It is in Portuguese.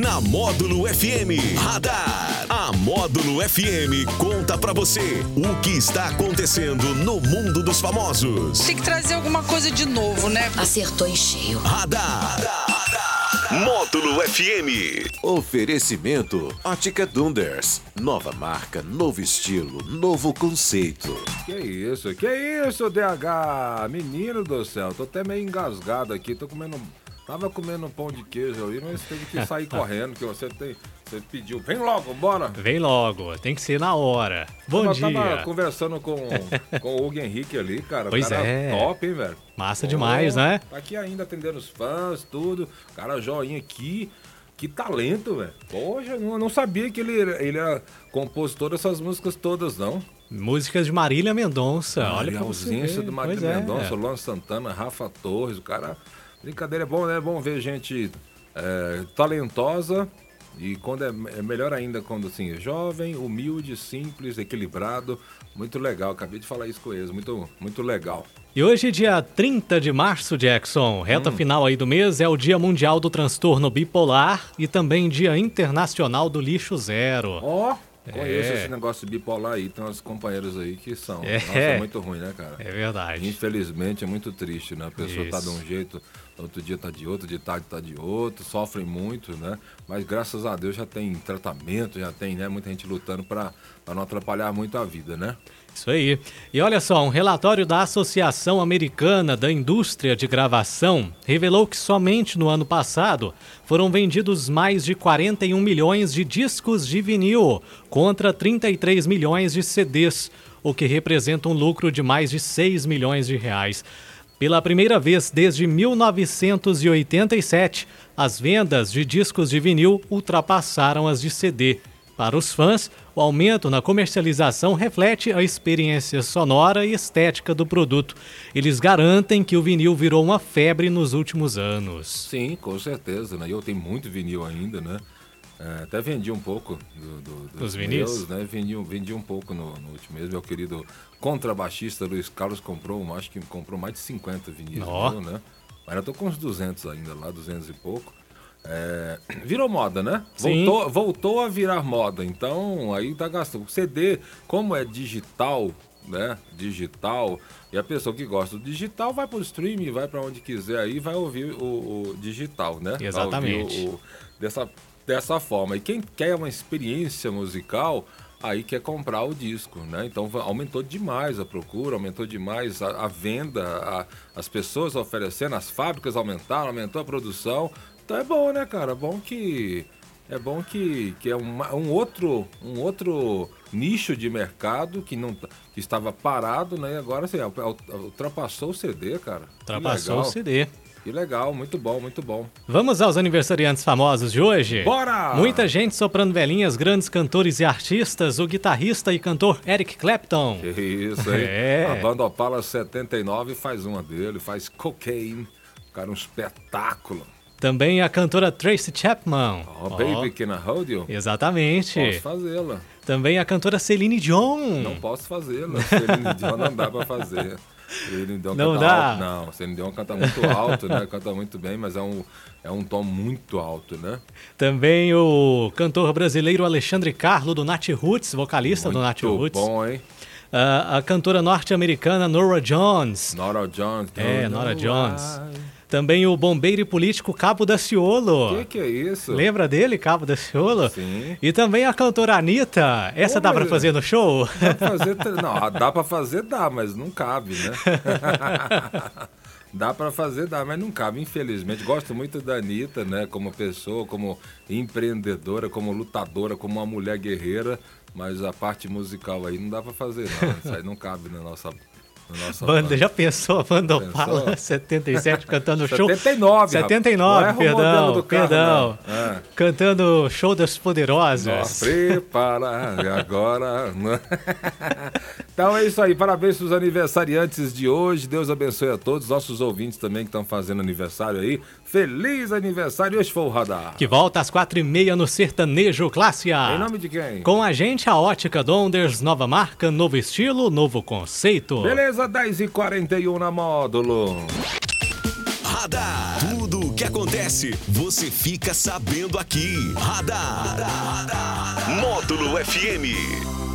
Na Módulo FM Radar. A Módulo FM conta pra você o que está acontecendo no mundo dos famosos. Tem que trazer alguma coisa de novo, né? Acertou em cheio. Radar. Módulo FM. Oferecimento Ótica Dunders. Nova marca, novo estilo, novo conceito. Que isso, que isso, DH? Menino do céu, tô até meio engasgado aqui, tô comendo. Tava comendo um pão de queijo ali, mas teve que sair correndo, que você tem. Você pediu. Vem logo, bora! Vem logo, tem que ser na hora. Bom Eu dia. tava conversando com, com o Hugo Henrique ali, cara. O Pois cara é. top, hein, velho? Massa demais, né? Tá aqui ainda atendendo os fãs, tudo. Cara, joinha aqui. Que talento, velho. Poxa, eu não, não sabia que ele, ele era compositor dessas músicas todas, não. Músicas de Marília Mendonça. Ah, Olha Olha a pra você ausência ver. do Marília Pois é. Mendonça, Luan Santana, Rafa Torres, o cara. Brincadeira é bom, né? É bom ver gente é, talentosa e quando é, é melhor ainda quando assim, é jovem, humilde, simples, equilibrado. Muito legal. Acabei de falar isso com eles. Muito, muito legal. E hoje, é dia 30 de março, Jackson, reta Hum. final aí do mês, é o Dia Mundial do Transtorno Bipolar e também Dia Internacional do Lixo Zero. Ó, conheço É. esse negócio bipolar aí. Tem uns companheiros aí que são. É. Nossa, é muito ruim, né, cara? É verdade. Infelizmente é muito triste, né? A pessoa tá de um Isso. jeito, outro dia tá de outro, de tarde tá de outro, sofre muito, né? Mas graças a Deus já tem tratamento, já tem, né? Muita gente lutando pra, pra não atrapalhar muito a vida, né? Isso aí. E olha só, um relatório da Associação Americana da Indústria de Gravação revelou que somente no ano passado foram vendidos mais de 41 milhões de discos de vinil contra 33 milhões de CDs, o que representa um lucro de mais de 6 milhões de reais. Pela primeira vez desde 1987, as vendas de discos de vinil ultrapassaram as de CD. Para os fãs, o aumento na comercialização reflete a experiência sonora e estética do produto. Eles garantem que o vinil virou uma febre nos últimos anos. Sim, com certeza, né? Eu tenho muito vinil ainda, né? É, até vendi um pouco do, do- Dos vinis? meus, né? Vendi, um- vendi um pouco no, no último mês. Meu querido contrabaixista Luiz Carlos comprou, um- acho que comprou mais de 50 vinis, Ó. meu, né? Mas eu tô com uns 200 ainda lá, 200 e pouco. É, virou moda, né? Sim. Voltou, voltou a virar moda. Então, aí tá gastando. O CD, como é digital, né? Digital. E a pessoa que gosta do digital vai pro streaming, vai pra onde quiser aí, vai ouvir o, o digital, né? Vai Exatamente. ouvir o- o- dessa, dessa forma. E quem quer uma experiência musical, aí quer comprar o disco, né? Então va- aumentou demais a procura, aumentou demais a, a venda, a- as pessoas oferecendo, as fábricas aumentaram, aumentou a produção. Então é bom, né, cara? É bom que. É bom que, que é uma- um, outro, um outro nicho de mercado que, não, que estava parado, né? E agora assim, ultrapassou o CD, cara. Que Ultrapassou o legal. CD. Que legal, muito bom, muito bom. Vamos aos aniversariantes famosos de hoje? Bora! Muita gente soprando velhinhas, grandes cantores e artistas, o guitarrista e cantor Eric Clapton. Que isso, hein? É. A banda Opala 79 faz uma dele, faz cocaine. Cara, um espetáculo. Também a cantora Tracy Chapman. Ó, Ó, Baby que na Rodeo. Exatamente. Posso fazê-la. Também a cantora Celine Dion. Não posso fazê-la. Celine Dion não dá pra fazer. Celine Dion Não canta dá? um Alto. Não, Celine Dion canta muito alto, né? Canta muito bem, mas é um, é um tom muito alto, né? Também o cantor brasileiro Alexandre Carlo do Nat Roots, vocalista do Nat Muito Roots. bom, hein? Ah, a cantora norte-americana Nora Jones. Nora Jones. ah, É, Nora Don't Jones. know why. Também o bombeiro e político Cabo Daciolo. Que que é isso? Lembra dele, Cabo Daciolo? Sim. E também a cantora Anitta. Essa Pô, dá pra mas- fazer no show? Dá pra fazer, tre- não, ah, dá pra fazer, dá, mas não cabe, né? dá pra fazer, dá, mas não cabe, infelizmente. Gosto muito da Anitta, né? Como pessoa, como empreendedora, como lutadora, como uma mulher guerreira, mas a parte musical aí não dá pra fazer, não. Isso aí não cabe na nossa. Na nossa Banda, já pensou a banda Pensou? Opala 77 cantando o show? 79, rapaz. 79, Não erra o modelo perdão, do carro, perdão. não. É. Cantando o show das poderosas. Nossa, prepara e agora. né? então é isso aí. Parabéns para os aniversariantes de hoje. Deus abençoe a todos. Nossos ouvintes também que estão fazendo aniversário aí. Feliz aniversário. Hoje foi o radar. Que volta às quatro e meia no Sertanejo Classe A. Em nome de quem? Com a gente, a Ótica Donders, nova marca, novo estilo, novo conceito. Beleza, 10h41 na um módulo. Radar. Tudo o que que acontece, você fica sabendo aqui. Radar. Módulo FM.